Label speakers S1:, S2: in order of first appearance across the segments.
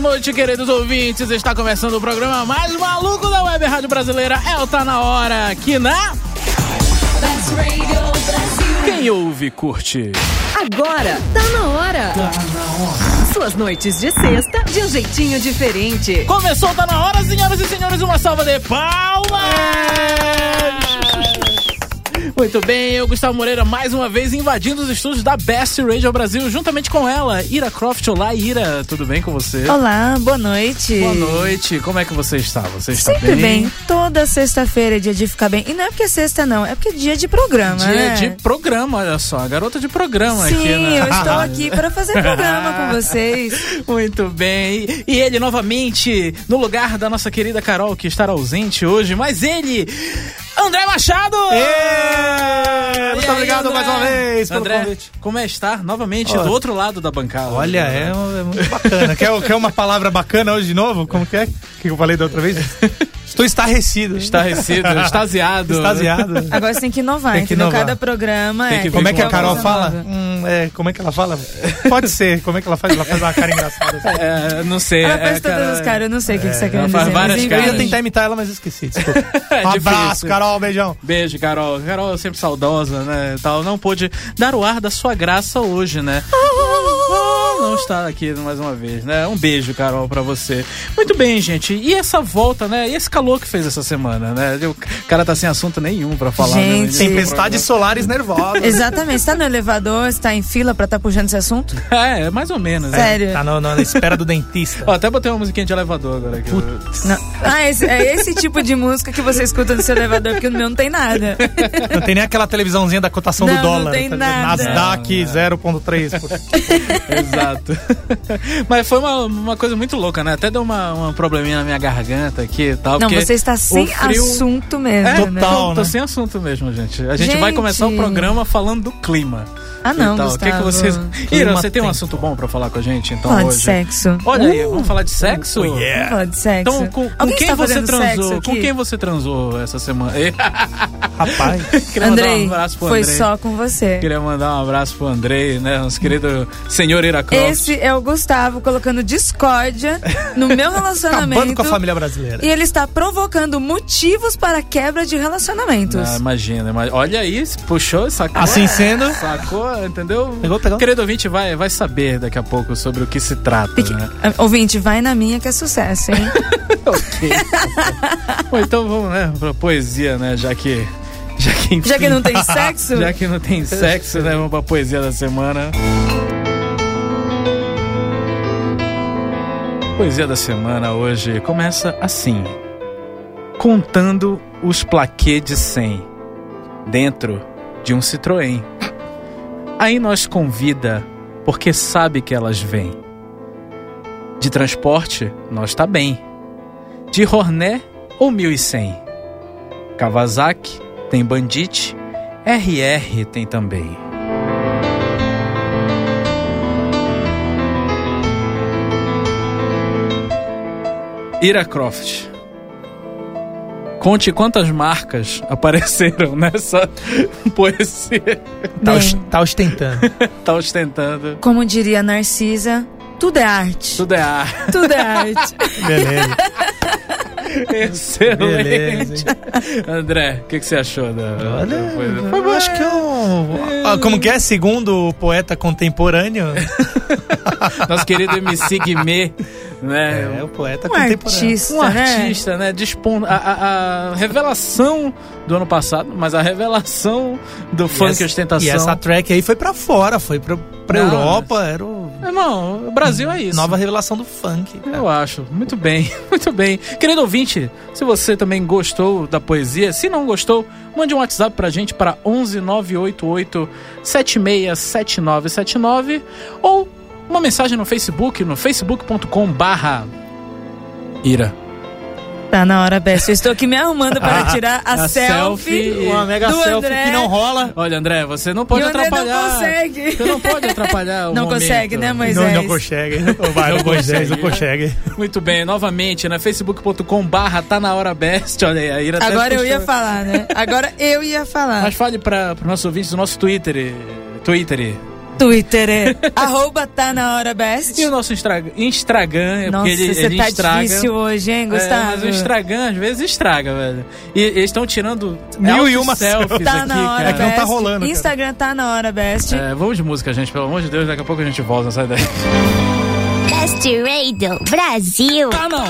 S1: noite, queridos ouvintes. Está começando o programa mais maluco da Web Rádio Brasileira. É o Tá Na Hora, aqui na... Quem ouve, curte.
S2: Agora tá na hora. Suas noites de sexta de um jeitinho diferente.
S1: Começou, o tá na hora, senhoras e senhores, uma salva de palmas! Muito bem, eu, Gustavo Moreira, mais uma vez invadindo os estúdios da Best Radio Brasil, juntamente com ela, Ira Croft. Olá, Ira, tudo bem com você?
S3: Olá, boa noite.
S1: Boa noite, Tá como é que você está? Você está
S3: Sempre bem? Toda sexta-feira é dia de ficar bem. E não é porque é sexta, não. É porque é dia de programa,
S1: Dia
S3: né?
S1: de programa, olha só, a garota de programa
S3: Sim,
S1: aqui. né?
S3: eu estou aqui para fazer programa com vocês.
S1: Muito bem. E- E ele novamente no lugar da nossa querida Carol, que estará ausente hoje, mas ele, André Machado!
S4: Ê!
S1: E
S4: Muito
S1: aí,
S4: obrigado
S1: André?
S4: mais uma vez pelo
S1: André,
S4: convite.
S1: Como é estar novamente
S4: Ó.
S1: do outro lado da bancada?
S4: Olha, é, um- é muito bacana. quer, quer uma palavra bacana hoje de novo? Como que é? O que eu falei da outra vez? Estou estarrecido.
S1: Estarrecido, extasiado.
S4: Estasiado.
S3: Agora você tem que inovar,
S4: Tem que
S3: entendeu?
S4: inovar.
S3: Cada programa
S1: Tem
S3: é.
S1: que ver
S4: Como é que a
S3: uma
S4: Carol
S3: coisa
S4: fala?
S3: nova.
S4: Hum, é, como é que ela fala? Pode ser. Como é que ela faz? Ela faz uma cara engraçada. assim.
S1: É, não sei.
S3: Ela
S1: é,
S3: faz todas
S1: cara-
S3: as caras, eu não sei o que, que você quer
S1: ela
S3: dizer.
S1: faz várias
S3: mas enfim.
S4: Eu ia
S1: caras.
S4: tentar imitar ela, mas esqueci. Desculpa.
S1: É
S4: Um
S1: difícil.
S4: abraço, Carol. Beijão.
S1: Beijo, Carol. Carol é sempre saudosa, né? e Tal. Não pôde dar o ar da sua graça hoje, né? Não está aqui mais uma vez, né? Um beijo, Carol, pra você. Muito bem, gente. E essa volta, né? E esse calor que fez essa semana, né? O cara tá sem assunto nenhum pra falar. né?
S3: Gente.
S4: Tempestades solares nervosas.
S1: É
S3: Exatamente. Você tá no elevador, você tá em fila pra estar puxando esse assunto?
S1: É, mais ou menos. né?
S3: Sério.
S4: Tá no- na espera do dentista.
S1: Ó, até botei uma musiquinha de elevador agora aqui.
S3: Não. Ah, esse- é esse tipo de música que você escuta no seu elevador, porque no meu não tem nada.
S1: É
S4: Não tem nem aquela televisãozinha da cotação
S3: Não, não
S4: do dólar.
S3: tem
S4: tá ligado?
S3: nada.
S4: Nasdaq 0.3. por-
S1: Exato. Mas foi uma, uma coisa muito louca, né? Até deu uma, uma probleminha na minha garganta aqui e tal.
S3: Não,
S1: porque
S3: você está
S1: o
S3: sem
S1: frio-
S3: assunto mesmo,
S1: É,
S3: né?
S4: total.
S1: tô, tô
S4: né?
S1: sem assunto mesmo, gente. A gente, vai
S3: Gente.
S1: começar o programa falando do clima.
S3: Ah, não,
S1: E tal. O que, que
S3: Gustavo.
S1: vocês. Ira,
S4: Clima
S1: você tem um
S4: tem.
S1: assunto bom pra falar com a gente, então?
S3: Falar de
S1: hoje?
S3: sexo.
S1: Olha aí, vamos falar de sexo?
S4: Oh, yeah.
S3: Vamos falar de sexo.
S1: Então, com, com
S3: Alguém
S1: quem
S3: está
S1: você
S3: fazendo sexo
S1: transou?
S3: aqui?
S1: Com quem você transou essa semana? Ih,
S4: Rapaz.
S1: Queria mandar
S3: Andrei,
S1: um abraço pro
S3: foi
S1: Andrei.
S3: só com você.
S1: Queria mandar um abraço pro Andrei, né? Nosso querido senhor Ira Croft.
S3: Esse é o Gustavo colocando discórdia no meu relacionamento.
S4: Acabando com a família brasileira.
S3: E ele está provocando motivos para quebra de relacionamentos.
S1: Ah, imagina, imagina. olha aí, puxou, sacou.
S4: Assim sendo.
S1: Sacou, entendeu?
S4: Pegou, pegou.
S1: Querido ouvinte, vai, vai saber daqui a pouco sobre o que se trata,
S3: Fique-
S1: né?
S3: Ah, Ouvinte, vai na minha que é sucesso, hein?
S1: Ok. Bom, então vamos, né, pra poesia, né? Já que. Já que,
S3: Já que
S1: enfim,
S3: não tem sexo,
S1: já que não tem sexo, né? Vamos pra poesia da semana. Poesia da semana hoje começa assim: Contando os plaquê de 100 dentro de um Citroën. Aí nós convida, porque sabe que elas vêm. De transporte, nós tá bem. De um Horné ou 1100. Kawasaki tem Bandit, RR tem também. Ira Croft. Conte quantas marcas apareceram nessa poesia.
S4: Tá,
S3: Bem.
S4: os- tá ostentando.
S1: Tá ostentando.
S3: como diria Narcisa, tudo é arte.
S1: Tudo é ar.
S3: Tudo é arte.
S4: Beleza.
S1: Excelente.
S4: Beleza.
S1: André, o que, que você achou da, da coisa?
S4: Olha, eu acho que é um. Ah, Como que é? Segundo o poeta contemporâneo.
S1: Nosso querido MC Guimê, né?
S4: É, o poeta
S3: Um
S4: contemporâneo.
S3: artista,
S1: Um
S3: né?
S1: artista, né? Dispondo. A, a- a revelação do ano passado, mas a revelação do
S4: E
S1: funk
S4: essa-
S1: ostentação.
S4: E essa track aí foi pra fora, foi pra, pra
S1: Não,
S4: Europa, era o.
S1: Irmão, o Brasil é isso.
S4: Nova revelação do funk.
S1: Eu acho. Muito bem, muito bem. Querido ouvinte, se você também gostou da poesia, se não gostou, mande um WhatsApp pra gente para 11 988 767979 ou uma mensagem no Facebook, no facebook.com barra Ira.
S3: Tá na hora, Bess. Eu estou aqui me arrumando para tirar a,
S1: a
S3: selfie.
S1: selfie. Uma
S4: mega
S3: do selfie André. que não
S4: rola.
S1: Olha, André, você não pode
S3: e o André
S1: atrapalhar.
S3: não consegue.
S1: Você não pode atrapalhar o
S3: Não consegue,
S1: momento.
S3: né, mãe? Pois
S4: não,
S3: é,
S4: não
S3: isso.
S4: consegue. Vai, não consegue, não consegue.
S1: Muito bem, novamente, na facebook.com barra tá na hora best. Olha aí, a Ira até
S3: Agora eu ia
S1: postou.
S3: falar, né? Agora eu ia falar.
S1: Mas fale para os nossos ouvintes do nosso Twitter. eh, Twitter.
S3: Twitter é arroba tá na hora best.
S1: E o nosso Instagram, Instagram é
S3: Nossa,
S1: porque ele,
S3: você
S1: ele
S3: tá
S1: estraga.
S3: difícil hoje, hein,
S1: É, mas
S3: Gustavo?
S1: o Instagram às vezes estraga, velho. E eles estão tirando
S4: Mil e
S1: altos
S4: uma
S1: selfies
S3: tá
S1: aqui,
S3: na hora
S1: cara.
S4: É que não tá
S3: best.
S4: rolando, cara.
S3: Instagram tá na hora best.
S1: É, vamos de música, gente, pelo amor de Deus, daqui a pouco a gente volta, sai daí.
S5: Best Radio Brasil.
S6: Tá na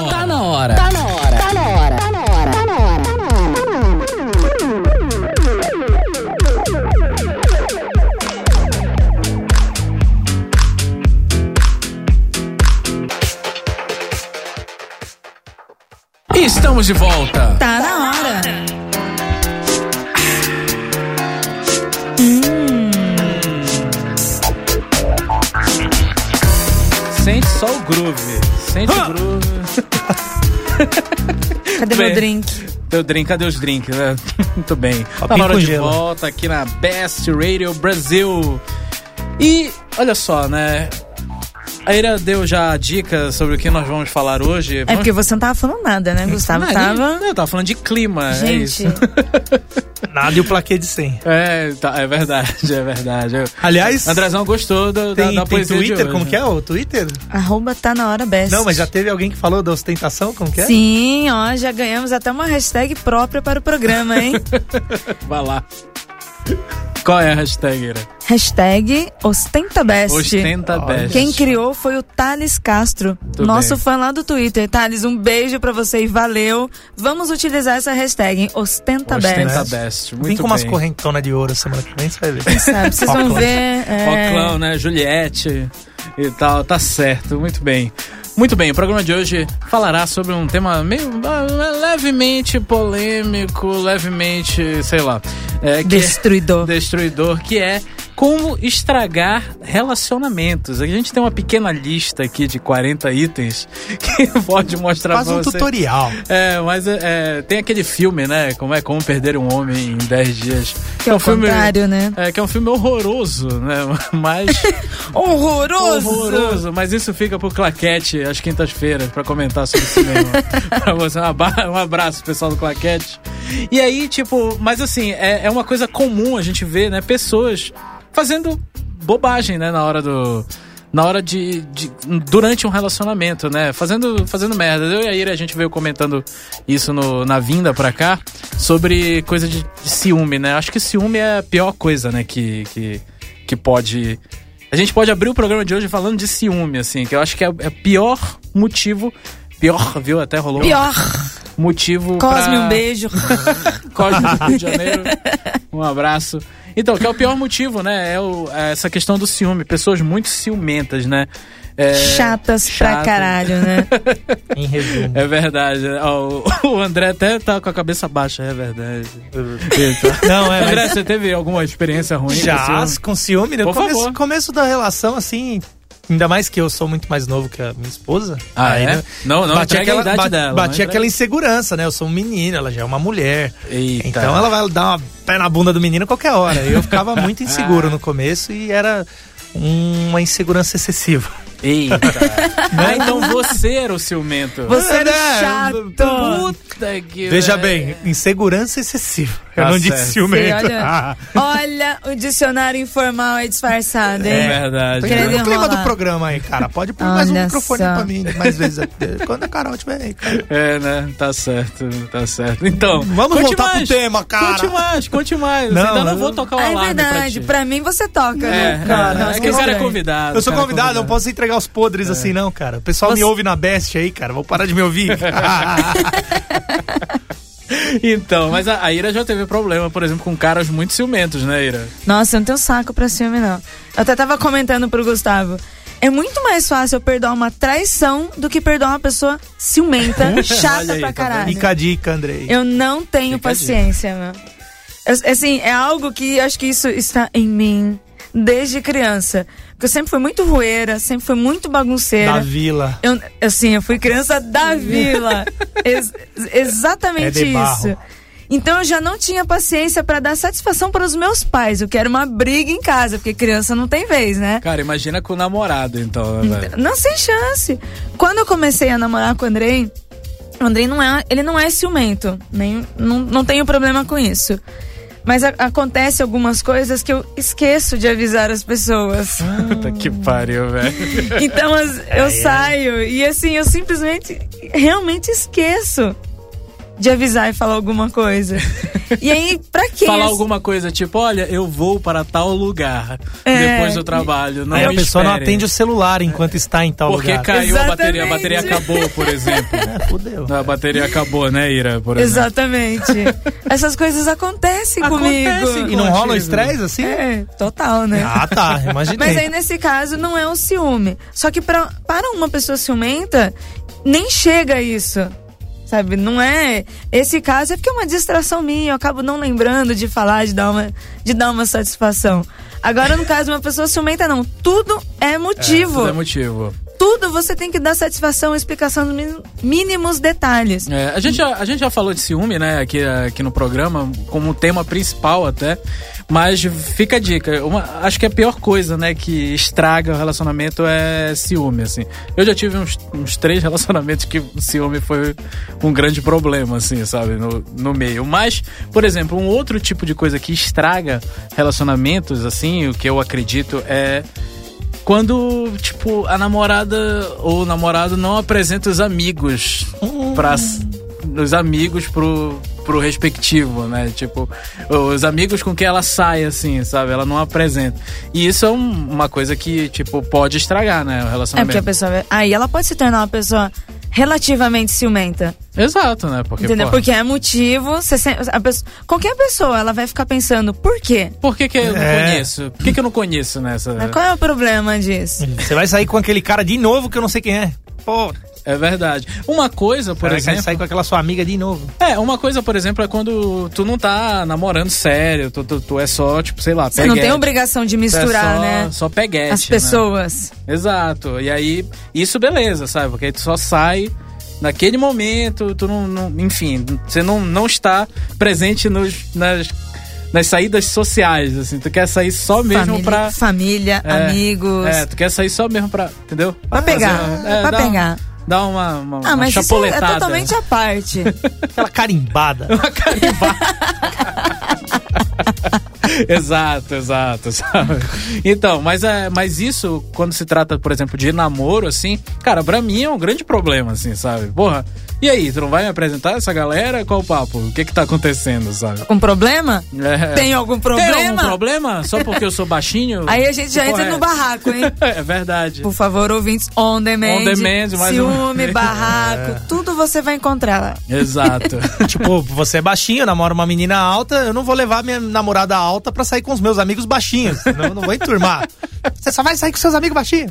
S6: hora. Tá na hora.
S2: Tá
S6: Estamos de volta.
S3: Tá na hora.
S1: Sente só o groove. Sente o groove.
S3: Cadê
S1: Bem.
S3: meu drink?
S1: Teu drink, cadê os drinks, né? Muito bem. Tá
S4: Papinho
S1: na hora
S4: com
S1: de
S4: gelo.
S1: volta aqui na Best Radio Brasil. E olha só, né? A Ira deu já a dica sobre o que nós vamos falar hoje.
S3: É porque você não tava falando nada, né, Gustavo? tava.
S1: Eu tava falando de clima, é
S3: Gente,
S1: isso.
S4: Nada e o plaquê de 100.
S1: É, tá, é verdade, é verdade. Eu-
S4: Aliás,
S1: Andrezão gostou do, da,
S4: tem,
S1: da
S4: tem
S1: poesia de
S4: Twitter,
S1: hoje. né?
S4: como que é o Twitter?
S3: arroba tá na hora best.
S4: Não, mas já teve alguém que falou da ostentação, como que é?
S3: Sim, ó, já ganhamos até uma hashtag própria para o programa, hein?
S1: Vai lá. Qual é a hashtag, Ira?
S3: hashtag OstentaBest.
S1: Ostenta Best.
S3: Quem criou foi o Thales Castro,
S1: Tudo
S3: nosso
S1: bem.
S3: fã lá do Twitter. Thales, um beijo pra você e valeu. Vamos utilizar essa hashtag, hein? OstentaBest.
S1: Ostenta Best. Muito
S4: Vem com
S1: bem. é
S4: umas correntonas de ouro semana que vem, você vai ver.
S3: Sabe, Tá, vocês vão
S4: Óculos.
S3: ver. é,
S1: Rocklão, né? Juliette e tal, tá certo, muito bem. Muito bem, o programa de hoje falará sobre um tema meio ah, levemente polêmico, levemente, sei lá, é, que é
S3: Destruidor.
S1: destruidor, que é como estragar relacionamentos. A gente tem uma pequena lista aqui de 40 itens que pode mostrar
S4: Faz
S1: pra
S4: um
S1: você.
S4: tutorial.
S1: É, mas é, é, tem aquele filme, né? Como é como perder um homem em 10 dias. um
S3: Que é o contrário, né?
S1: É, que é um filme horroroso, né? Mas
S3: Horroroso!
S1: horroroso. Mas isso fica pro Claquete às quintas-feiras pra comentar sobre cinema. pra você, um aba- um abraço, pessoal do Claquete. E aí, tipo, mas assim, é, é uma coisa comum a gente ver, né? Pessoas fazendo bobagem, né? Na hora do. Na hora de, de- durante um relacionamento, né? Fazendo, fazendo merda. Eu e a Ira, a gente veio comentando isso no- na vinda pra cá sobre coisa de, de ciúme, né? Acho que ciúme é a pior coisa, né? Que, que, que pode a gente pode abrir o programa de hoje falando de ciúme, assim, que eu acho que é o é o pior motivo. Pior, viu? Até rolou. um
S3: Pior.
S1: Motivo.
S3: Cosme,
S1: pra-
S3: um beijo.
S1: Cosme do Rio de Janeiro. Um abraço. Então, que é o pior motivo, né? É, o- é essa questão do ciúme. Pessoas muito ciumentas, né? É,
S3: Chatas pra
S1: chatas.
S3: caralho, né?
S4: Em resumo.
S1: É verdade. Ó, o- o André até tá com a cabeça baixa, é verdade.
S4: Não, é, mas
S1: André, você teve alguma experiência ruim? com
S4: já
S1: ciúme?
S4: com ciúme, né?
S1: Por
S4: começo,
S1: favor.
S4: começo da relação, assim, ainda mais que eu sou muito mais novo que a minha esposa.
S1: Ah,
S4: Aí,
S1: é?
S4: né,
S1: Não, não,
S4: bati
S1: entrega a
S4: aquela,
S1: idade
S4: ba-
S1: dela.
S4: bati
S1: não
S4: aquela
S1: entrega-
S4: insegurança, né? Eu sou um menino, ela já é uma mulher.
S1: Eita.
S4: Então ela vai dar uma pé na bunda do menino qualquer hora. Eu ficava muito inseguro no começo e era uma insegurança excessiva.
S1: Eita. ah, então você era o ciumento.
S3: Você era
S4: Né?
S3: chato.
S1: Puta que.
S4: Veja
S1: velho.
S4: bem, insegurança excessiva. Eu
S1: É. Tá
S4: não
S1: certo.
S4: disse ciumento. Ah.
S3: Você olha- Olha, o dicionário informal é disfarçado,
S1: É
S3: hein?
S1: verdade.
S3: Querendo
S4: Entrando no clima
S3: enrolar.
S4: do programa aí, cara. Pode pôr mais um
S3: Olha
S4: microfone
S3: só.
S4: pra mim, mais vezes. até- Quando a Carol tiver aí, cara.
S1: É, né? Tá certo, tá certo. Então.
S4: Vamos
S1: conte
S4: voltar pro
S1: mais,
S4: tema, cara.
S1: Conte mais, conte mais.
S4: Não,
S1: Ainda não,
S4: eu-
S1: vou tocar o
S3: Ah,
S1: alarme
S3: é
S1: pra
S3: verdade.
S1: ti.
S3: Pra, mim você toca,
S1: É,
S3: né?
S1: cara,
S3: Não,
S1: é que
S3: não,
S1: o cara é
S3: estranho.
S1: convidado.
S4: Eu sou
S1: o cara é
S4: convidado, não posso entregar os podres assim, não, cara. O pessoal
S3: Você-
S4: me ouve na best aí, cara. Vou parar de me ouvir. Ah,
S1: Então, mas a, a Ira já teve problema, por exemplo, com caras muito ciumentos, né, Ira?
S3: Nossa, eu não tenho saco pra ciúme, não. Eu até tava comentando pro Gustavo. É muito mais fácil eu perdoar uma traição do que perdoar uma pessoa ciumenta,
S1: olha
S3: chata
S1: aí,
S3: pra
S1: tá vendo?
S3: caralho.
S4: Fica a dica, Andrei.
S3: Eu não tenho
S1: Fica a dica.
S3: paciência, meu. Eu- assim, é algo que acho que isso está em mim desde criança. Porque eu sempre fui muito rueira, sempre fui muito bagunceira.
S4: Da vila.
S3: Eu, assim, eu fui criança da vila. Ex- exatamente
S4: É de barro.
S3: isso. Então eu já não tinha paciência pra dar satisfação para os meus pais. Eu quero uma briga em casa, porque criança não tem vez, né?
S1: Cara, imagina com o namorado, então, né,
S4: É.
S1: velho?
S3: Não sem chance. Quando eu comecei a namorar com o Andrei, o Andrei não é, ele não é ciumento, nem não, não tenho problema com isso. Mas a- acontece algumas coisas que eu esqueço de avisar as pessoas.
S1: Puta que pariu, velho.
S3: Então as- eu saio e assim, eu simplesmente realmente esqueço de avisar e falar alguma coisa. E aí, pra quê?
S6: Falar alguma coisa tipo, olha, eu vou para tal lugar
S3: É.
S6: depois do trabalho. Não
S4: Aí a
S6: me
S4: pessoa não
S6: esperem.
S4: atende o celular enquanto está em tal
S1: Porque
S4: lugar.
S1: caiu a bateria, a bateria
S3: Exatamente.
S1: acabou, por exemplo.
S4: É, fudeu.
S1: A bateria acabou, né, Ira? Por exemplo.
S3: Exatamente. Essas coisas acontecem
S1: Acontecem
S3: comigo.
S4: E não rola o estresse assim?
S3: É, total, né?
S4: Ah, tá. Imaginei.
S3: Mas aí nesse caso não é um ciúme. Só que pra, para uma pessoa ciumenta, nem chega a isso. Sabe? Não é. Esse caso é porque é uma distração minha. Eu acabo não lembrando de falar, de dar uma, de dar uma satisfação. Agora, no caso de uma pessoa ciumenta, não. Tudo é motivo.
S1: Tudo é motivo.
S3: Tudo você tem que dar satisfação, explicação dos min- mínimos detalhes.
S1: É, a, gente já, a gente já falou de ciúme, né, aqui, aqui no programa, como tema principal até. Mas fica a dica. Uma, acho que a pior coisa, né, que estraga o relacionamento é ciúme, assim. Eu já tive uns, uns três relacionamentos que o ciúme foi um grande problema, assim, sabe, no, no meio. Mas, por exemplo, um outro tipo de coisa que estraga relacionamentos, assim, o que eu acredito é quando, tipo, a namorada ou o namorado não apresenta os amigos para os amigos pro, pro respectivo, né? Tipo, os amigos com quem ela sai, assim, sabe? Ela não apresenta. E isso é um- uma coisa que, tipo, pode estragar, né? O
S3: É porque
S1: relacionamento.
S3: a pessoa. Aí ela pode se tornar uma pessoa relativamente ciumenta.
S1: Exato, né? Porque,
S3: Entendeu?
S1: pô,
S3: Porque é motivo. Você se- a pessoa- qualquer pessoa ela vai ficar pensando por quê?
S1: Por que, que eu não
S4: É.
S1: conheço? Por que, que eu não conheço nessa.
S3: Mas Qual é o problema disso?
S4: Você vai sair com aquele cara de novo que eu não sei quem é. Pô,
S1: É verdade. Uma coisa, por
S4: por
S1: exemplo.
S4: exemplo, sair com aquela sua amiga de novo.
S1: É, uma coisa, por exemplo, é quando tu não tá namorando sério, tu, tu, tu é só, tipo, sei lá,
S3: Você não tem
S1: peguete.
S3: obrigação de
S1: Tu é
S3: misturar,
S1: só,
S3: né?
S1: Só peguete.
S3: As
S1: né?
S3: pessoas.
S1: Exato. E aí, isso beleza, sabe? Porque aí tu só sai naquele momento, tu não. não- enfim, você não, não está presente nos, nas, nas saídas sociais, assim. Tu quer sair só mesmo
S3: família,
S1: pra.
S3: família
S1: é,
S3: amigos.
S1: É, tu quer sair só mesmo pra. Entendeu? Ah, assim,
S3: Pra pegar, pra
S1: dá
S3: pegar.
S1: Um, dá uma, uma,
S3: ah,
S1: uma
S3: mas isso é- é
S1: chapoletada. né?
S3: totalmente à parte.
S4: Aquela carimbada.
S1: exato, exato, sabe? Então, mas, é, mas isso, quando se trata, por exemplo, de namoro, assim, cara, pra mim é um grande problema, assim, sabe? Porra, e aí, tu não vai me apresentar essa galera? Qual o papo? O que que tá acontecendo, sabe?
S3: Tá Com problema?
S1: É.
S3: Tem algum problema?
S1: Tem algum problema? Só porque eu sou baixinho?
S3: Aí a gente já
S1: Que porra
S3: entra
S1: é
S3: no
S1: essa?
S3: barraco, hein?
S1: É verdade.
S3: Por favor, ouvintes, on demand.
S1: On demand, mais um. É. uma
S3: ciúme,
S1: vez.
S3: barraco, tudo você vai encontrar lá.
S1: Exato.
S4: tipo, você é baixinho, namora uma menina alta, eu não vou levar minha namorada alta pra sair com os meus amigos baixinhos. Não, não vou enturmar. Você só vai sair com seus amigos baixinhos.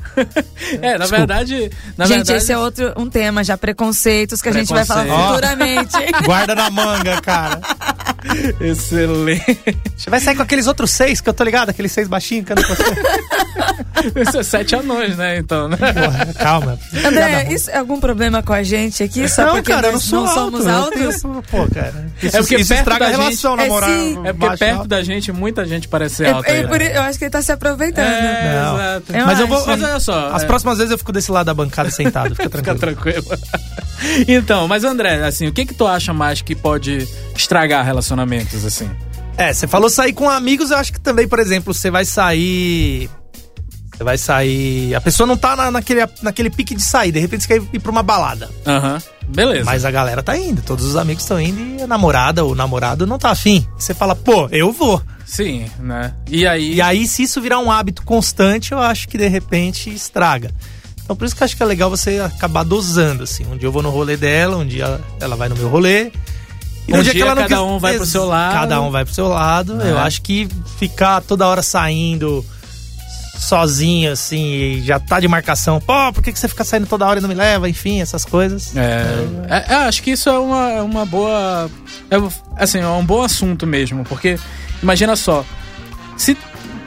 S1: É, na verdade. Na
S3: gente,
S1: verdade,
S3: esse é outro um tema já, preconceitos que a gente vai falar
S4: Preconceito.
S3: futuramente.
S4: Guarda na manga, cara.
S1: Excelente.
S4: Você vai sair com aqueles outros seis que eu tô ligado, aqueles seis baixinhos que eu não consigo.
S1: Isso é sete anões, né? Então, né?
S4: Porra, calma.
S3: André, isso é algum problema com a gente aqui? Só
S4: um. Não,
S3: porque
S4: cara, eu não
S3: nós
S4: sou
S3: né? não
S4: alto, né?
S3: somos
S4: eu
S3: altos?
S4: tenho- Pô, cara. Isso,
S1: É porque
S4: isso
S1: perto
S4: estraga
S1: da
S4: a relação,
S3: gente-
S4: namorar. um
S3: É, sim.
S1: É porque
S4: baixo,
S1: perto
S4: alto.
S1: da gente, muita gente parece ser
S3: É-
S1: alta.
S3: é
S1: aí, né?
S3: por i- eu acho que ele tá se aproveitando.
S1: É,
S4: Não.
S1: exato.
S3: Eu
S4: Mas eu
S3: acho.
S4: vou.
S1: Mas olha só,
S4: As
S1: é.
S4: próximas vezes eu fico desse lado da bancada sentado, Ah, fica
S1: Fica
S4: tranquilo.
S1: tranquilo. então, mas André, assim, o que que tu acha mais que pode estragar relacionamentos, assim?
S4: É, você falou sair com amigos, eu acho que também, por exemplo, você vai sair. Você vai sair. A pessoa não tá na- naquele, naquele pique de sair, de repente você quer ir pra uma balada.
S1: Aham, beleza.
S4: Mas a galera tá indo, todos os amigos estão indo e a namorada ou o namorado não tá afim. Você fala, pô, eu vou.
S1: Sim, né? E aí...
S4: E aí, se isso virar um hábito constante, eu acho que de repente estraga. Então, por isso que eu acho que é legal você acabar dosando, assim. Um dia eu vou no rolê dela, um dia ela vai no meu rolê.
S1: Um
S4: no
S1: dia cada um vai pro seu lado.
S4: Cada um vai pro seu lado.
S1: Né?
S4: Eu acho que ficar toda hora saindo sozinho, assim, e já tá de marcação. Pô, por que, que você fica saindo toda hora e não me leva? Enfim, essas coisas.
S1: É, é, é, acho que isso é uma, é uma boa. É, assim, é um bom assunto mesmo, porque imagina só, se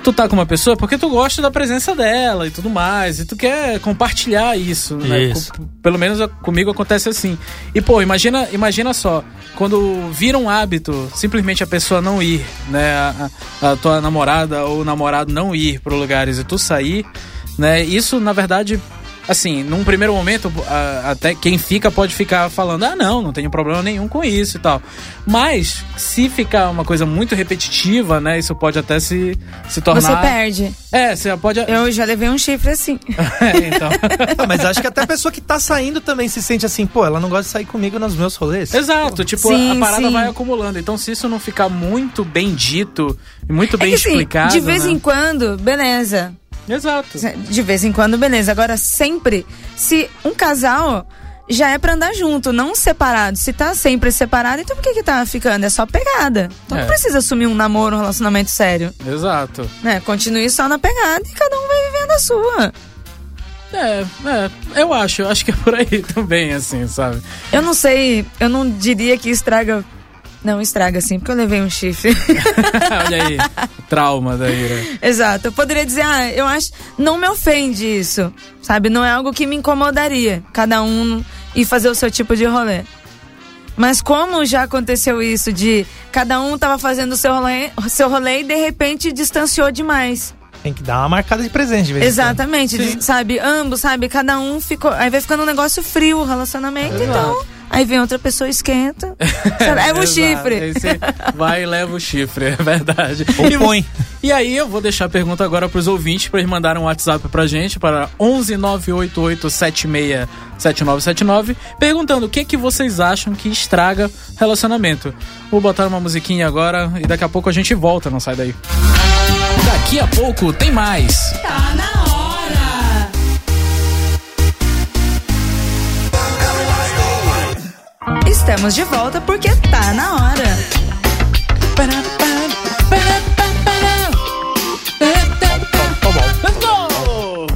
S1: tu tá com uma pessoa, é porque tu gosta da presença dela e tudo mais, e tu quer compartilhar isso, né?
S4: Isso.
S1: Com- pelo menos a- comigo acontece assim. E pô, imagina, imagina só, quando vira um hábito, simplesmente a pessoa não ir, né? A, a- a tua namorada ou o namorado não ir para lugares e tu sair, né? Isso na verdade assim, num primeiro momento, a- até quem fica pode ficar falando: ah, não, não tenho problema nenhum com isso e tal. Mas, se ficar uma coisa muito repetitiva, né, isso pode até se, se tornar.
S3: Você perde.
S1: É, você pode.
S3: Eu já levei um chifre assim.
S1: É, então.
S4: Ah, mas acho que até a pessoa que tá saindo também se sente assim, pô, ela não gosta de sair comigo nos meus rolês.
S1: Exato, tipo,
S3: Sim,
S1: a parada
S3: sim.
S1: vai acumulando. Então, se isso não ficar muito bem dito e muito bem
S3: é que assim,
S1: explicado.
S3: de vez
S1: né?
S3: em quando, beleza.
S1: Exato.
S3: De vez em quando, beleza. Agora, sempre, se um casal já é pra andar junto, não separado. Se tá sempre separado, então por que que tá ficando? É só pegada. Então
S1: É.
S3: não precisa assumir um namoro, um relacionamento sério.
S1: Exato.
S3: Né? Continue só na pegada e cada um vai vivendo a sua.
S1: É, é, eu acho, eu acho que é por aí também, assim, sabe?
S3: Eu não sei, eu não diria que estraga... Não, estraga sim, porque eu levei um chifre.
S1: Olha aí, trauma né? da Ira.
S3: Exato. Eu poderia dizer, ah, eu acho. Não me ofende isso. Sabe? Não é algo que me incomodaria. Cada um ir fazer o seu tipo de rolê. Mas como já aconteceu isso de cada um tava fazendo o seu rolê, o seu rolê e de repente distanciou demais.
S4: Tem que dar uma marcada de presente, de vez em quando.
S3: Exatamente,
S1: Sim.
S3: sabe? Ambos, sabe? Cada um ficou. Aí vai ficando um negócio frio o relacionamento, então. Aí vem outra pessoa esquenta. sabe? Leva o
S1: Exato, é aí
S3: chifre.
S1: você vai e leva o chifre, é verdade.
S4: Ou põe.
S1: E aí eu vou deixar a pergunta agora pros ouvintes para eles mandarem um WhatsApp pra gente para 11988767979 perguntando o que que vocês acham que estraga relacionamento. Vou botar uma musiquinha agora e daqui a pouco a gente volta, não sai daí. Daqui a pouco tem mais.
S3: Estamos de volta porque tá na hora.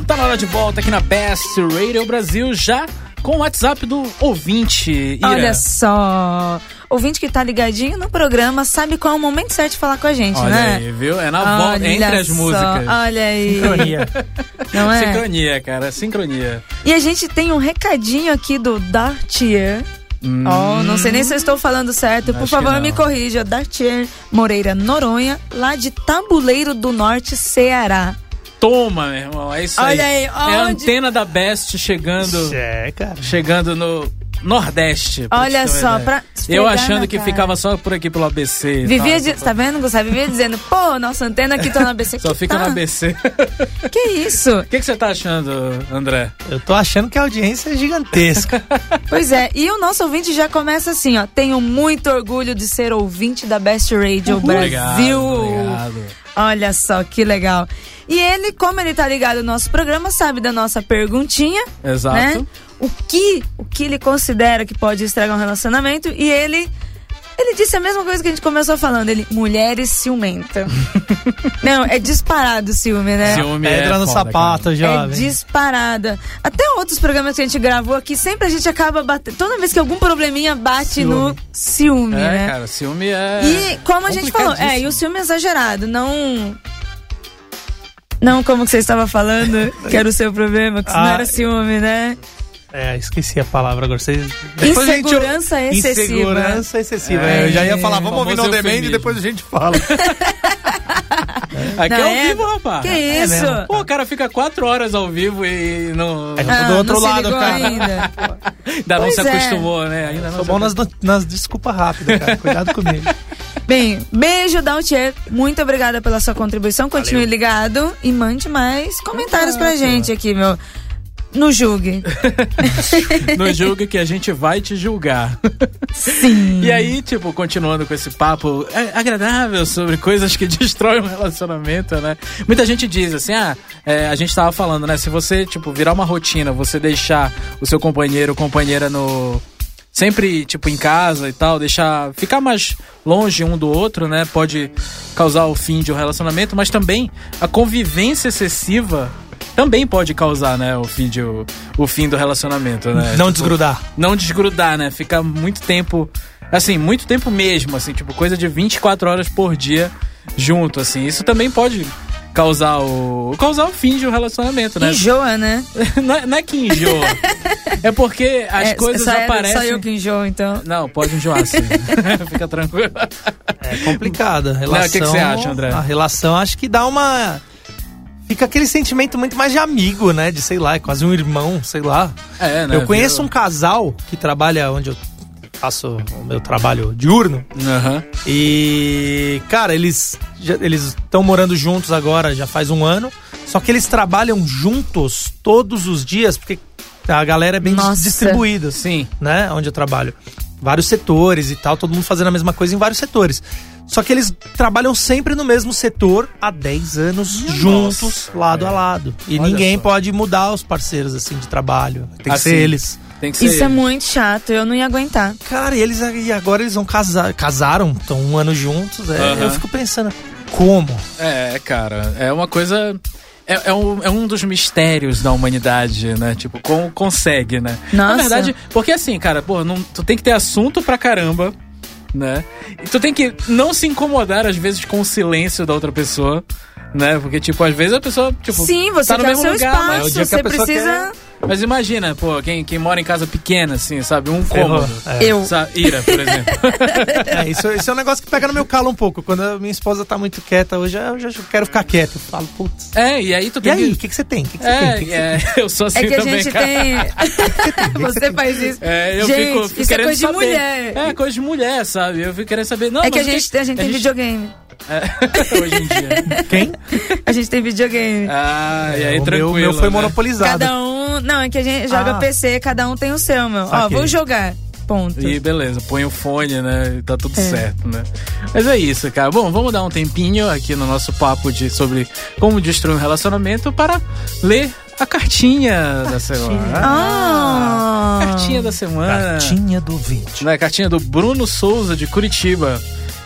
S1: Tá na hora de volta aqui na Best Radio Brasil já com o WhatsApp do ouvinte. Ira.
S3: Olha só. Ouvinte que tá ligadinho no programa sabe qual é o momento certo de falar com a gente,
S1: Olha
S3: né?
S1: aí, viu? É na volta,
S3: Olha
S1: entre as
S3: só,
S1: músicas.
S3: Olha aí.
S4: Ironia.
S3: Não é?
S1: Sincronia, cara, sincronia.
S3: E a gente tem um recadinho aqui do Dartier.
S1: Hum.
S3: Oh, não sei nem se eu estou falando certo. Por
S1: Acho que
S3: favor,
S1: não.
S3: me corrija. Dartier Moreira Noronha, lá de Tabuleiro do Norte, Ceará.
S1: Toma, meu irmão, é isso
S3: Olha
S1: aí.
S3: aí,
S1: É a
S3: onde-
S1: antena da Best chegando,
S4: É, cara.
S1: chegando no Nordeste. pra
S3: Olha
S1: te ter uma
S3: só,
S1: ideia.
S3: pra
S1: Eu
S3: esfregar
S1: achando
S3: na
S1: que
S3: cara.
S1: ficava só por aqui pelo ABC. e
S3: Vivia,
S1: tal.
S3: de, tá vendo, Gustavo? Vivia dizendo, pô, nossa antena aqui tá na ABC.
S1: Só
S3: que
S1: fica
S3: tá?
S1: no ABC.
S3: Que isso?
S1: O que, que você tá achando, André?
S4: Eu tô achando que a audiência é gigantesca.
S3: Pois é, e o nosso ouvinte já começa assim, ó. Tenho muito orgulho de ser ouvinte da Best Radio Brasil.
S1: Obrigado, obrigado.
S3: Olha só que legal. E ele, como ele tá ligado no nosso programa, sabe da nossa perguntinha,
S1: Exato.
S3: né? O que, o que ele considera que pode estragar um relacionamento e ele ele disse a mesma coisa que a gente começou falando, ele mulheres ciumenta. Não, é disparado o ciúme, né?
S1: Ciúme é
S4: Pedra no
S1: foda,
S4: sapato,
S3: É
S4: jovem.
S3: disparada. Até outros programas que a gente gravou aqui, sempre a gente acaba batendo. Toda vez que algum probleminha bate no ciúme,
S1: Cara. É,
S3: né?
S1: cara, ciúme é.
S3: e como a gente falou, é, e o ciúme é exagerado, não. Não como que você estava falando, que era o seu problema, que isso não
S4: Ah.
S3: era ciúme, né?
S4: É, esqueci a palavra agora. Vocês... depois a gente-
S3: Insegurança excessiva.
S4: Insegurança excessiva.
S1: É,
S4: É, eu já ia falar,
S1: famoso
S4: vamos ouvir no Demand
S1: eufemismo.
S4: e depois a gente fala.
S1: Aqui é
S3: Não,
S1: ao
S3: é-
S1: vivo, rapaz.
S3: Que isso?
S4: mesmo.
S1: Pô, o cara fica quatro horas ao vivo e não.
S4: É,
S3: Ah,
S4: do outro
S3: não se
S4: lado,
S3: ligou
S4: cara.
S3: ainda.
S1: Ainda não
S3: Pois
S1: se
S3: é. Tá
S1: acostumou, né? Ainda não
S4: Sou
S1: se
S4: bom nas, no- nas desculpas rápidas, cara. Cuidado comigo.
S3: Bem, beijo, Daltier. Muito obrigada pela sua contribuição. Continue ligado e mande mais comentários pra gente aqui, meu. No julgue.
S1: Não julgue que a gente vai te julgar.
S3: Sim.
S1: E aí, tipo, continuando com esse papo é, agradável sobre coisas que destroem um relacionamento, né? Muita gente diz assim, ah, é, a gente tava falando, né? Se você, tipo, virar uma rotina, você deixar o seu companheiro ou companheira no... Sempre, tipo, em casa e tal, deixar... Ficar mais longe um do outro, né? Pode causar o fim de um relacionamento, mas também a convivência excessiva também pode causar, né? O fim, de, o, o fim do relacionamento, né?
S4: Não desgrudar.
S1: não desgrudar, né? Ficar muito tempo, assim, muito tempo mesmo, assim, tipo, coisa de 24 horas por dia junto, assim. Isso também pode causar o causar o fim de um relacionamento, né?
S3: Enjoa, né?
S1: não, é, não é que enjoa. é porque as
S3: É,
S1: coisas
S3: só, era-
S1: aparecem.
S3: Só eu que enjoo, então.
S1: Não, pode enjoar, sim. Fica tranquilo.
S4: É complicada. a
S1: Léo, o que que
S4: relação-
S1: você acha, André?
S4: A relação acho que dá uma. Fica aquele sentimento muito mais de amigo, né? De sei lá, é quase um irmão, sei lá.
S1: É,
S3: né?
S4: eu conheço um casal que trabalha onde eu faço o meu trabalho diurno.
S1: Aham.
S4: E, cara, eles já- eles estão morando juntos agora já faz um ano. Só que eles trabalham juntos todos os dias, porque a galera é bem dis-
S3: Nossa.
S4: distribuída, assim, né? Onde eu trabalho. Vários setores e tal, todo mundo fazendo a mesma coisa em vários setores. Só que eles trabalham sempre no mesmo setor há 10 anos, juntos, lado a lado. E
S1: É. Olha
S4: ninguém
S1: só.
S4: pode mudar os parceiros, assim, de trabalho. Tem que
S1: Assim.
S4: ser eles.
S1: Tem que ser.
S3: Isso é muito chato, eu não ia aguentar.
S4: Cara, e eles e agora eles vão casar, casaram, estão um ano juntos. é,
S1: Aham.
S4: Eu fico pensando, como?
S1: É, cara, é uma coisa. É, é um, é um dos mistérios da humanidade, né? Tipo, como consegue, né?
S3: Nossa.
S1: Na verdade, porque assim, cara, pô, não, tu tem que ter assunto pra caramba, né? E tu tem que não se incomodar, às vezes, com o silêncio da outra pessoa, né? Porque, tipo, às vezes a pessoa, tipo,
S3: Sim, você
S1: tá no
S3: quer o
S1: mesmo
S3: seu
S1: lugar, mas é o
S3: espaço,
S1: dia que a
S3: você
S1: pessoa
S3: precisa.
S1: Mas imagina, pô, quem, quem mora em casa pequena, assim, sabe? Um cômodo.
S4: É,
S3: Eu.
S1: Sa- Ira, por exemplo.
S4: é, isso, isso é um negócio que pega no meu calo um pouco. Quando a minha esposa tá muito quieta hoje, eu já quero ficar quieto. Eu falo, putz.
S1: é, e aí tu
S4: E
S1: tem
S4: aí, o
S1: que.
S4: que, que você tem? O que, que você tem? O
S1: É,
S4: que que
S1: é, eu sou assim
S3: É que a
S1: também,
S3: gente
S1: cara.
S3: tem. você faz isso.
S1: É, eu
S3: gente,
S1: fico, fico
S3: isso é
S1: querendo
S3: coisa de
S1: saber.
S3: mulher.
S1: É, coisa de mulher, sabe? Eu fico querendo saber. Não,
S3: é que a
S1: mas o
S3: gente, a gente tem videogame.
S1: É, hoje em dia.
S4: Quem?
S3: A gente tem videogame.
S1: Ah, e aí
S4: É, o meu,
S1: tranquilo.
S4: o meu foi
S1: né?
S4: monopolizado.
S3: Cada um. Não, é que a gente joga
S4: Ah.
S3: PC, cada um tem o seu, meu. Ó,
S4: Saquei.
S3: vou jogar. Ponto.
S1: E beleza, põe o fone, né? E Tá tudo
S3: É.
S1: certo, né? Mas é isso, cara. Bom, vamos dar um tempinho aqui no nosso papo de, sobre como destruir um relacionamento para ler a cartinha, da semana.
S3: Ah!
S1: Cartinha da semana.
S4: Cartinha do vinte.
S1: na Né, cartinha do Bruno Souza de Curitiba.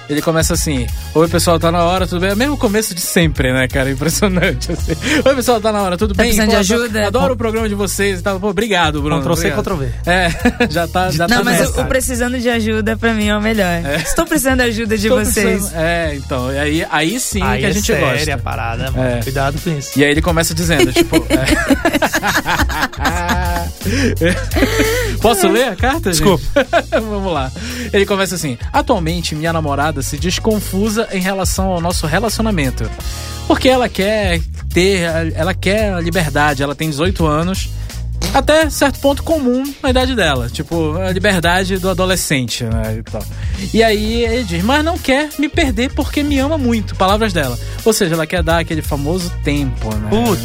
S1: Ele começa assim: Oi pessoal, tá na hora, tudo bem? É o mesmo começo de sempre, né, cara? Impressionante. assim. Oi pessoal, tá na hora, tudo
S3: Tá
S1: bem?
S3: precisando de
S1: adoro-
S3: ajuda?
S1: Adoro o programa de vocês e tal. Pô, obrigado, Bruno.
S4: Ctrl C,
S1: obrigado.
S4: Ctrl V.
S1: É, já tá. Já tá
S3: Não, mas
S1: nessa.
S3: o, o precisando de ajuda pra mim é o melhor. Estou precisando da ajuda de
S1: Tô
S3: vocês.
S1: precisando- É, então. e Aí, aí sim
S4: Aí
S1: que a gente
S4: é séria
S1: gosta.
S4: a parada, mano.
S1: É.
S4: Cuidado com isso.
S1: E aí ele começa dizendo, tipo. é. Posso ler a carta? gente?
S4: Desculpa.
S1: Vamos lá. Ele começa assim: Atualmente, minha namorada se diz confusa em relação ao nosso relacionamento. Porque ela quer ter. Ela quer a liberdade, ela tem 18 anos. Até certo ponto comum na idade dela. Tipo, a liberdade do adolescente, né? E, tal. e aí ele diz, mas não quer me perder porque me ama muito. Palavras dela. Ou seja, ela quer dar aquele famoso tempo, né?
S4: Puta,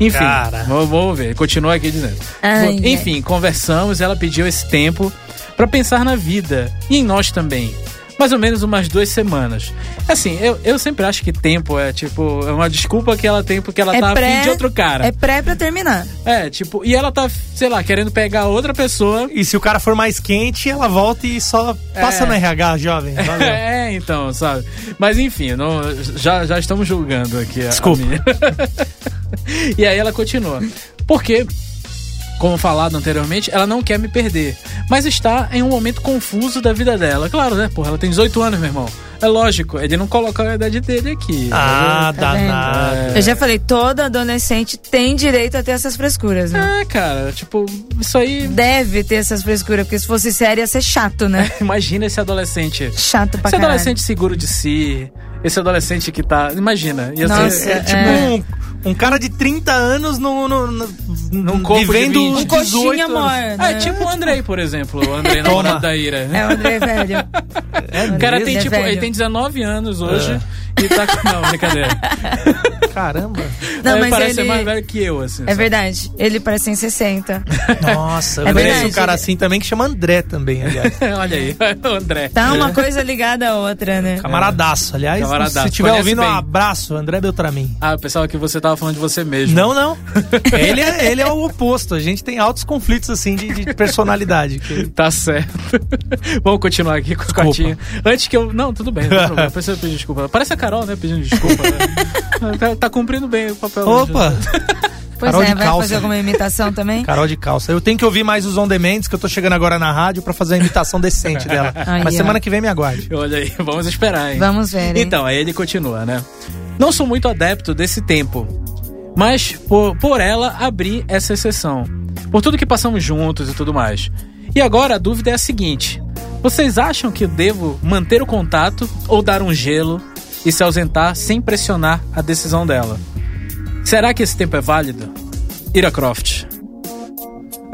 S1: Enfim,
S4: cara.
S1: vamos vamos ver. Continua aqui dizendo.
S3: Ai,
S1: Enfim, conversamos, ela pediu esse tempo pra pensar na vida e em nós também. Mais ou menos umas duas semanas. Assim, eu, eu sempre acho que tempo é tipo, é uma desculpa que ela tem porque ela
S3: É
S1: tá afim
S3: pré-
S1: de outro cara.
S3: É pré pra terminar.
S1: É, tipo, e ela tá, sei lá, querendo pegar outra pessoa.
S4: E se o cara for mais quente, ela volta e só passa
S1: É.
S4: no RH, jovem. Valeu.
S1: É, então, sabe? Mas enfim, não- já, já estamos julgando aqui. a- a
S4: Desculpa.
S1: menina. e aí ela continua. Porque, como falado anteriormente, ela não quer me perder. Mas está em um momento confuso da vida dela. Claro, né? Porra, ela tem 18 anos, meu irmão. É lógico, ele não colocou a idade dele aqui.
S4: Ah,
S3: Tá vendo?
S4: danado.
S1: É.
S3: Eu já falei, todo adolescente tem direito a ter essas frescuras, né?
S1: É, cara, tipo, isso aí.
S3: Deve ter essas frescuras, porque se fosse sério ia ser chato, né?
S1: Imagina esse adolescente.
S3: Chato pra
S1: Esse
S3: caralho.
S1: é adolescente seguro de si, esse adolescente que tá. Imagina. Ia
S3: Nossa,
S1: ser,
S4: É,
S3: é.
S4: tipo um, um cara de 30 anos no, no, no,
S1: corpo de
S4: vivendo
S1: 20.
S3: Um
S4: 18
S3: coxinha
S4: anos.
S3: mor, né?
S1: É tipo o Andrei, por exemplo. O Andrei, namorado da Ira.
S3: É o André velho.
S4: É
S1: O cara
S4: mesmo?
S1: tem,
S3: Ele é
S1: tipo, ele
S3: velho. É.
S1: tem 19 anos hoje e tá com. Não, brincadeira.
S4: Caramba.
S3: Não,
S1: Aí
S3: mas
S1: parece ser
S3: ele-
S1: mais velho que eu, assim.
S3: É verdade. Ele parece em 60.
S4: Nossa, eu
S3: É
S4: conheço
S3: verdade.
S4: um cara assim também que chama André também, aliás.
S1: sabe? Olha aí, o André.
S3: Tá uma coisa ligada à outra, né?
S4: Camaradaço, aliás.
S1: É. Camaradaço,
S4: Se tiver
S1: conhece
S4: ouvindo,
S1: bem.
S4: um abraço, André Beltramin.
S1: Ah, eu pensava que você tava falando de você mesmo.
S4: Não, não. Ele é, ele é o oposto. A gente tem altos conflitos, assim, de, de personalidade. que-
S1: Tá certo. Vamos continuar aqui com a
S4: Desculpa.
S1: cartinha. Antes que eu. Não, tudo bem, não tem problema. Precisa pedir desculpa. Parece a Carol, né? Pedindo desculpa. né? Tá- Tá cumprindo bem o papel.
S4: Opa!
S3: Pois
S4: Carol
S3: é,
S4: de
S3: vai
S4: calça.
S3: fazer alguma imitação também?
S4: Carol de calça. Eu tenho que ouvir mais os On Demands, que eu tô chegando agora na rádio, pra fazer a imitação decente dela.
S3: Aí,
S4: Mas
S3: ó.
S4: semana que vem me aguarde.
S1: Olha aí, vamos esperar, hein?
S3: Vamos ver. hein?
S1: Então, aí ele continua, né? Não sou muito adepto desse tempo, mas por, por ela abri essa exceção. Por tudo que passamos juntos e tudo mais. E agora a dúvida é a seguinte: vocês acham que devo manter o contato ou dar um gelo e se ausentar sem pressionar a decisão dela? Será que esse tempo é válido? Ira Croft.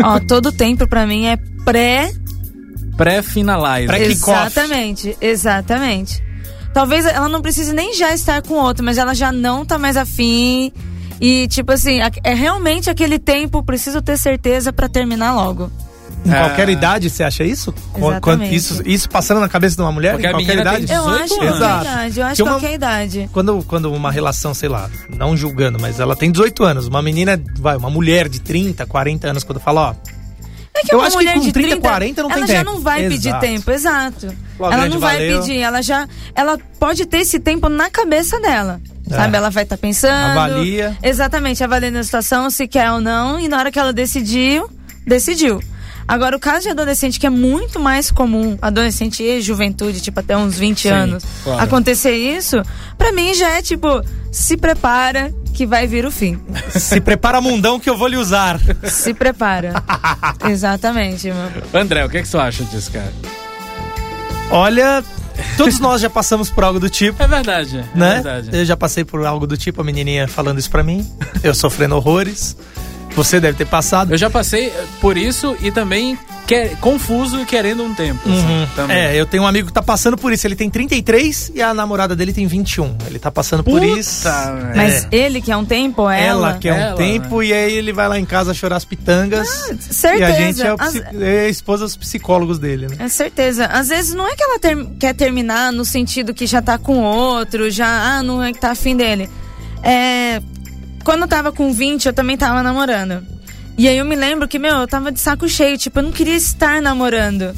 S3: Ó, todo tempo pra mim é pré.
S1: Pré-finalize.
S4: Pré- Kickoff.
S3: Exatamente, exatamente. Talvez ela não precise nem já estar com outro, mas ela já não tá mais afim. E, tipo assim, a- é realmente aquele tempo, preciso ter certeza pra terminar logo.
S4: Em
S1: É.
S4: qualquer idade, você acha isso? Qu-
S3: Exatamente.
S4: quando- isso, isso passando na cabeça de uma mulher?
S1: Qualquer
S4: em qualquer
S1: menina tem
S4: idade?
S3: Eu
S1: 18
S3: acho
S4: anos.
S3: qualquer idade, eu acho é
S4: Tem uma-
S3: qualquer idade.
S4: Quando, quando uma relação, sei lá, não julgando, mas ela tem 18 anos, uma menina, é, vai, uma mulher de 30, 40 anos, quando fala, ó,
S3: É que
S4: Eu
S3: uma
S4: acho que
S3: mulher
S4: com
S3: de
S4: 30,
S3: 30,
S4: 40 não tem
S3: ela já
S4: tempo.
S3: não vai pedir
S4: Exato.
S3: tempo, exato.
S4: Fala,
S3: ela
S4: grande,
S3: não vai
S4: valeu.
S3: pedir, ela já. Ela pode ter esse tempo na cabeça dela.
S4: É.
S3: Sabe? Ela vai estar pensando.
S4: Avalia.
S3: Exatamente, avaliando a situação, se quer ou não. E na hora que ela decidiu, decidiu. Agora, o caso de adolescente, que é muito mais comum, adolescente e juventude, tipo até uns 20 anos,
S1: claro.
S3: acontecer isso, pra mim já é tipo, se prepara que vai vir o fim.
S4: se prepara mundão que eu vou lhe usar.
S3: Se prepara. Exatamente, mano.
S1: André, o que, é que você acha disso, cara?
S4: Olha, todos nós já passamos por algo do tipo.
S1: É verdade. É
S4: né?
S1: verdade.
S4: Eu já passei por algo do tipo, a menininha falando isso pra mim. Eu sofrendo horrores. Você deve ter passado.
S1: Eu já passei por isso e também que- confuso e querendo um tempo. assim, também.
S4: É, eu tenho um amigo que tá passando por isso. Ele tem 33 e a namorada dele tem 21. Ele tá passando por
S1: Puta,
S4: isso.
S1: velho.
S3: Mas
S4: É.
S3: ele quer um tempo ou
S4: Ela,
S3: ela?
S4: quer um
S1: Ela, né?
S4: tempo e aí ele vai lá em casa chorar as pitangas.
S3: Ah, certeza.
S4: E a gente é, o
S3: As-
S4: psi- é a esposa dos psicólogos dele, né?
S3: É certeza. Às vezes não é que ela ter- quer terminar no sentido que já tá com outro, já ah, não é que tá afim dele. É, quando eu tava com 20, eu também tava namorando. E aí eu me lembro que, meu, eu tava de saco cheio, tipo, eu não queria estar namorando.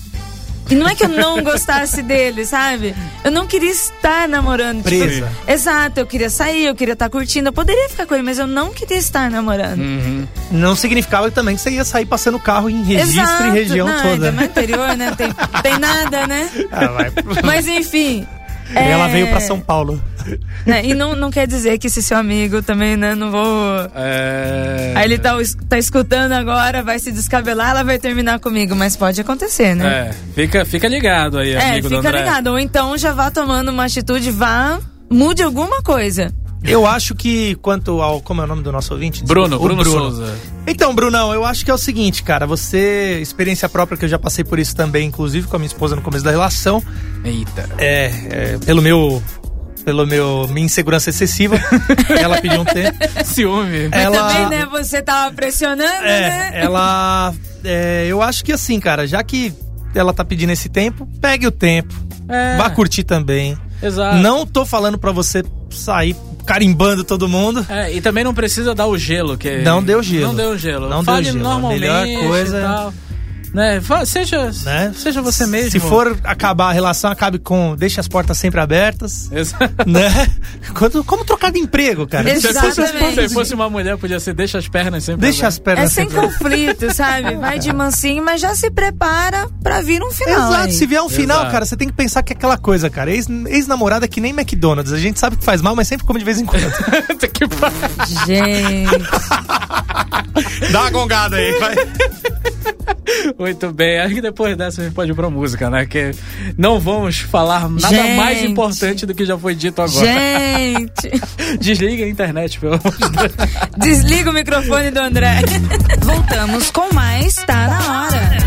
S3: E não é que eu não gostasse dele, sabe? Eu não queria estar namorando. tipo,
S4: Presa.
S3: exato, eu queria sair, eu queria estar curtindo, eu poderia ficar com ele, mas eu não queria estar namorando.
S1: Uhum.
S4: Não significava também que você ia sair passando carro em registro e região
S3: não,
S4: toda.
S3: ainda mais interior, né? Tem, tem nada, né?
S4: Ah, vai.
S3: Mas enfim.
S4: Ela
S3: é,
S4: veio pra São Paulo.
S3: né, E não, não quer dizer que esse seu amigo também, né? Não vou.
S1: É...
S3: Aí ele tá, es- tá escutando agora, vai se descabelar, ela vai terminar comigo. Mas pode acontecer, né? É,
S1: É, fica, fica ligado
S4: É,
S1: aí, amigo do
S3: fica
S1: André.
S3: ligado. Ou então já vá tomando uma atitude, vá, mude alguma coisa.
S4: Eu acho que, quanto ao. Como é o nome do nosso ouvinte?
S1: Bruno,
S4: Desculpa, o
S1: Bruno, Souza.
S4: Então, Brunão, eu acho que é o seguinte, cara. Você, experiência própria, que eu já passei por isso também, inclusive com a minha esposa no começo da relação.
S1: Eita.
S4: É, é, pelo meu. Pelo meu. Minha insegurança excessiva. ela pediu um tempo.
S1: Ciúme.
S3: Mas
S4: ela,
S3: também, né? Você tava pressionando, né?
S4: É, ela. é, eu acho que assim, cara, já que ela tá pedindo esse tempo, pegue o tempo.
S1: É. Tá.
S4: Vá curtir também.
S1: Exato.
S4: Não tô falando pra você sair carimbando todo mundo.
S1: É, e também não precisa dar o gelo, que
S4: Não deu gelo.
S1: Não deu gelo.
S4: Não deu
S1: Fale
S4: gelo. A
S1: normalmente
S4: melhor coisa-
S1: e tal. Né? fa- Seja,
S4: Né?
S1: seja você mesmo.
S4: Se for acabar a relação, acabe com. Deixe as portas sempre abertas.
S1: Exato.
S4: né? Quando, como trocar de emprego, cara?
S3: Exato.
S1: Se fosse-
S3: Exatamente.
S1: Se fosse uma mulher, podia ser deixa as pernas sempre.
S4: Deixa
S1: abertas.
S4: as
S3: É
S4: pernas
S3: sem
S4: sempre abertas.
S3: conflito, sabe? Vai de mansinho, mas já se prepara pra vir um final.
S4: Exato,
S3: aí.
S4: se vier um final,
S1: Exato.
S4: cara, você tem que pensar que é aquela coisa, cara. Ex- Ex-namorada é que nem McDonald's. A gente sabe que faz mal, mas sempre come de vez em quando.
S1: Puta que pariu.
S3: Gente.
S4: Dá uma gongada aí, vai.
S1: Muito bem. Acho que depois dessa a gente pode ir pra música, né? Que não vamos falar nada
S3: Gente.
S1: mais importante do que já foi dito agora.
S3: Gente.
S1: Desliga a internet, pelo amor de Deus.
S3: Desliga o microfone do André. Voltamos com mais Tá Na Hora.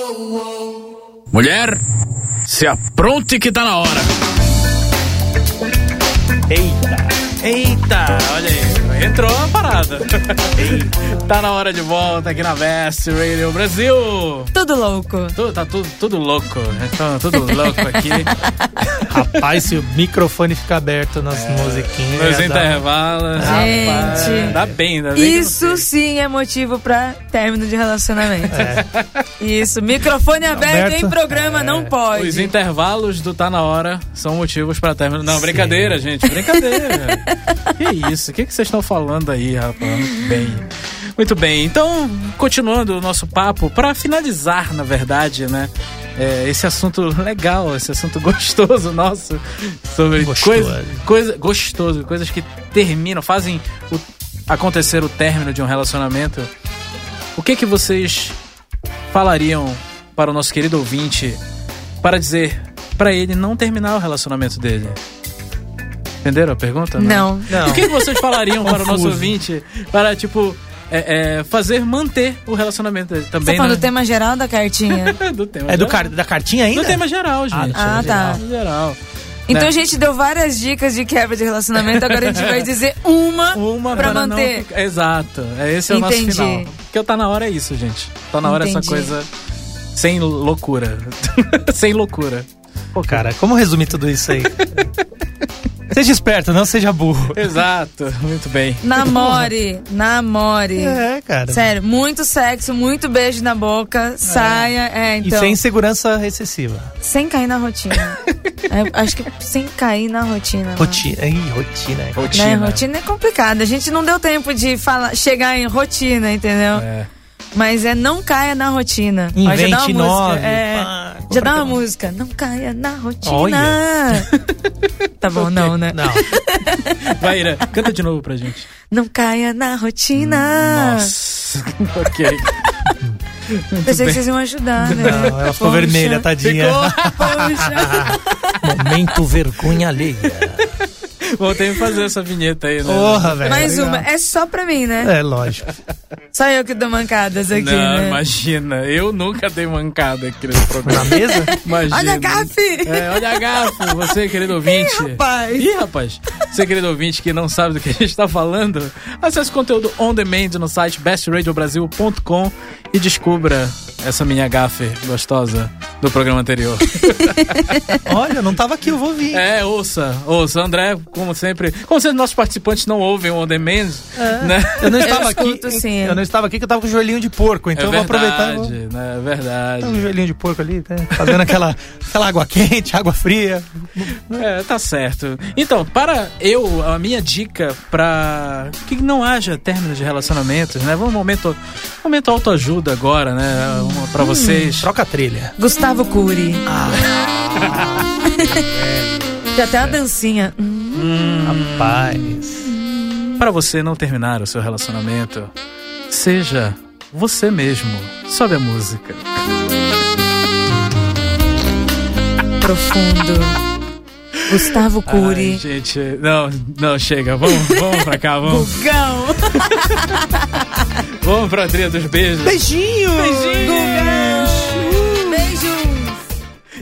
S1: Mulher, se apronte que tá na hora.
S4: Eita, eita.
S1: Olha aí, entrou a parada. tá na hora de volta aqui na Vest Radio Brasil.
S3: Tudo louco.
S1: Tu- tá tudo, tudo louco, né? Tá tudo louco aqui.
S4: Rapaz, se o microfone ficar aberto nas musiquinhas.
S1: Nos
S4: dá-
S1: intervalos.
S3: Gente.
S1: Rapaz, Ainda bem, ainda bem. que não
S3: Isso sim é motivo pra término de relacionamento.
S4: É.
S3: Isso, microfone aberto,
S4: Aberto.
S3: em programa não pode.
S1: Os intervalos do Tá Na Hora são motivos pra término. Não, brincadeira, gente. Brincadeira. que isso? O que que vocês estão falando aí, rapaz? Muito bem. Muito bem. Então, continuando o nosso papo, pra finalizar, na verdade, né? é, esse assunto legal, esse assunto gostoso nosso sobre
S4: Gostoso.
S1: coisa, coisa gostoso, coisas que terminam, fazem o- acontecer o término de um relacionamento. O que que vocês falariam para o nosso querido ouvinte para dizer pra ele não terminar o relacionamento dele. Entenderam a pergunta?
S4: é.
S3: Não.
S1: O que vocês falariam para o nosso
S4: Confuso.
S1: ouvinte para, tipo, é, é, fazer manter o relacionamento dele
S3: Você tá
S1: também?
S3: falando
S1: né?
S3: do tema geral da cartinha?
S1: do tema.
S4: É do
S1: geral.
S4: car- da cartinha ainda?
S1: Do tema geral, gente.
S3: Ah,
S1: Do
S3: tá.
S1: tema Geral.
S3: Então
S1: Né?
S3: a gente deu várias dicas de quebra de relacionamento, agora a gente vai dizer uma,
S4: Um.
S1: Uma
S3: pra
S1: para não
S3: manter.
S1: ficar- Exato. É esse é o
S3: Entendi.
S1: nosso final. Porque o tá na hora é isso, gente. Tá na hora
S3: Entendi.
S1: essa coisa sem loucura. sem loucura.
S4: Pô, cara, como resumir tudo isso aí? seja esperto, não seja burro.
S1: Exato. Muito bem.
S3: Namore, namore.
S4: É, cara.
S3: Sério, muito sexo, muito beijo na boca, saia, é,
S4: E
S3: então.
S4: sem insegurança excessiva.
S3: Sem cair na rotina. É, acho que sem cair na rotina. né?
S4: Rotina. Ih, rotina. é.
S3: Né?
S1: Rotina.
S3: Rotina é complicada. A gente não deu tempo de falar, chegar em rotina, entendeu?
S1: É.
S3: Mas é não caia na rotina. Ó, já dá uma
S4: Invente
S3: música,
S4: nove.
S3: é.
S4: pá,
S3: já dá uma
S4: qualquer-
S3: música. Não caia na rotina.
S4: Olha.
S3: tá bom, não, né?
S4: Não.
S1: Vai, Ira, canta de novo pra gente.
S3: Não caia na rotina.
S1: Nossa. ok.
S3: Pensei que vocês iam ajudar, né?
S4: Não, é ela ficou
S3: Poxa.
S4: vermelha, tadinha.
S3: Poxa.
S4: Momento vergonha alheia.
S1: Vou ter que fazer essa vinheta aí, né?
S4: Porra, velho.
S3: Mais
S4: Legal.
S3: uma. É só pra mim, né?
S4: É, lógico.
S3: Só eu que dou mancadas aqui,
S1: Não,
S3: né?
S1: imagina. Eu nunca dei mancada aqui nesse
S4: Na
S1: programa.
S4: mesa?
S1: Imagina.
S3: Olha a gafe!
S1: É, olha a gafe, você, querido ouvinte.
S3: Rapaz.
S1: Ih, rapaz, você querido ouvinte que não sabe do que a gente está falando, acesse o conteúdo on demand no site bestradiobrasil.com e descubra essa minha gafe gostosa do programa anterior.
S4: Olha, não tava aqui, eu vou vir.
S1: É, ouça, ouça, André, como sempre, como sempre nossos participantes não ouvem o on demand, né?
S4: Eu não estava
S3: escuto,
S4: aqui.
S3: sim.
S4: Eu não estava aqui que eu tava com o joelhinho de porco, então
S1: é
S4: eu vou aproveitar. Tá e vou-
S1: verdade, né? É
S4: Tava com o
S1: verdade.
S4: joelhinho de porco ali, né? fazendo aquela, aquela água quente, água fria.
S1: É, tá certo. Então, para eu, a minha dica para que não haja términos de relacionamentos, né? Vamos um momento, momento autoajuda agora, né? Uma
S4: Hum.
S1: Pra vocês.
S4: Troca a trilha.
S3: Gustavo Cury.
S1: Ah.
S3: Tem até uma dancinha. Hum,
S4: Rapaz.
S1: Para você não terminar o seu relacionamento, seja você mesmo. Sobe a música.
S3: profundo. Gustavo
S1: Ai,
S3: Cury.
S1: gente, não, não, chega. Vamos, vamos pra cá, vamos.
S3: Gão.
S1: Vamos pra trilha dos beijos.
S4: Beijinho!
S3: Gugão. Beijos.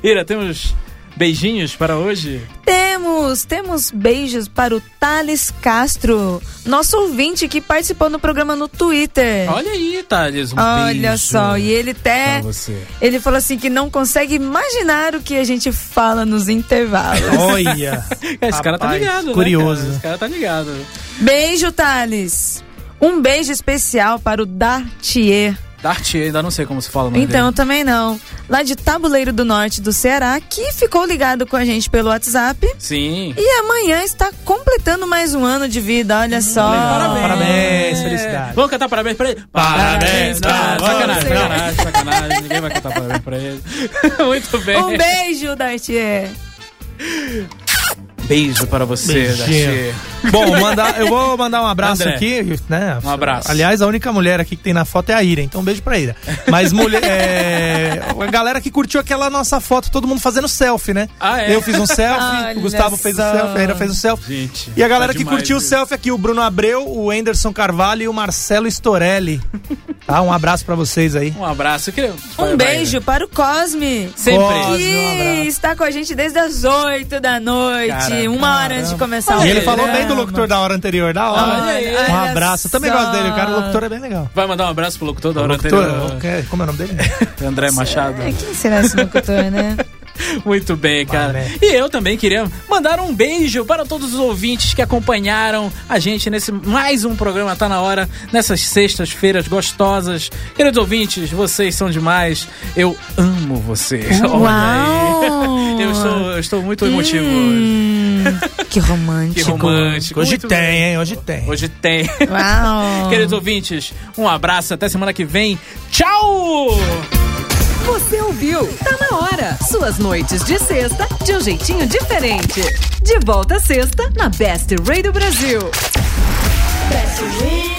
S1: Ira, temos beijinhos para hoje?
S3: Temos, temos beijos para o Thales Castro, nosso ouvinte que participou do programa no
S4: É.
S3: Twitter.
S1: Olha aí, Thales, um
S3: Olha
S1: beijo
S3: só, e ele até.
S1: Pra você.
S3: Ele falou assim que não consegue imaginar o que a gente fala nos intervalos.
S4: Olha!
S1: Esse cara tá
S4: Rapaz,
S1: ligado, né,
S4: curioso.
S1: cara? Esse cara tá ligado.
S3: Beijo, Thales. Um beijo especial para o Dartier.
S1: Dartier, ainda não sei como se fala o nome
S3: Então, eu também não. Lá de Tabuleiro do Norte do Ceará, que ficou ligado com a gente pelo WhatsApp.
S1: dele. Sim.
S3: E amanhã está completando mais um ano de vida,
S4: Hum,
S3: olha só.
S4: Parabéns. Parabéns, felicidade.
S1: Vamos cantar parabéns pra ele?
S4: Parabéns
S1: Não,
S4: pra
S1: sacanagem,
S4: você.
S1: sacanagem, sacanagem. Ninguém vai cantar parabéns pra ele. Muito bem.
S3: Um beijo, Dartier.
S1: Beijo para você,
S4: Beijinho.
S1: Dartier.
S4: Bom, mandar, eu vou mandar um abraço
S1: André.
S4: aqui, né?
S1: Um abraço.
S4: Aliás, a única mulher aqui que tem na foto é a Ira, então um beijo pra Ira. Mas mulher, é, a galera que curtiu aquela nossa foto, todo mundo fazendo selfie, né?
S1: Ah, é?
S4: Eu fiz um selfie,
S3: Olha
S4: o Gustavo fez um
S3: só.
S4: selfie, a Ira fez um selfie.
S1: Gente.
S4: E a galera
S1: tá
S4: que
S1: demais
S4: curtiu o
S1: isso.
S4: selfie aqui, o Bruno Abreu, o Anderson Carvalho e o Marcelo Storelli. Tá? Um abraço pra vocês aí.
S1: Um abraço. Eu queria-
S3: Um
S1: Vai, vai,
S3: beijo para o Cosme.
S1: Sempre.
S4: Cosme, um
S3: Que
S4: abraço.
S3: está com a gente desde as 8 da noite,
S1: Cara,
S3: uma hora antes de começar o
S4: E ele falou
S3: programa.
S4: bem do locutor da hora anterior, da hora.
S1: Olha aí.
S4: Um
S3: Olha
S4: abraço. Eu também
S3: só.
S4: gosto dele, o cara, o locutor é bem legal.
S1: Vai mandar um abraço pro locutor da hora
S4: Locutor,
S1: anterior.
S4: ok, como é o nome dele?
S1: André Machado.
S3: É, quem será esse locutor, né?
S1: Muito bem, cara.
S4: Vai, né?
S1: E eu também queria mandar um beijo para todos os ouvintes que acompanharam a gente nesse mais um programa Tá Na Hora, nessas sextas-feiras gostosas. Queridos ouvintes, vocês são demais. Eu amo vocês. Olha aí.
S3: Uau!
S1: Eu estou, eu estou muito emotivo hoje.
S3: Hum, que
S1: Que
S3: romântico.
S1: romântico.
S4: Hoje
S1: Muito
S4: tem, hein? Hoje tem.
S1: Hoje tem.
S3: Uau.
S1: Queridos ouvintes, um abraço, até semana que vem. Tchau!
S2: Você ouviu? Tá na hora. Suas noites de sexta de um jeitinho diferente. De volta sexta na Best Radio Brasil.
S7: Best Radio.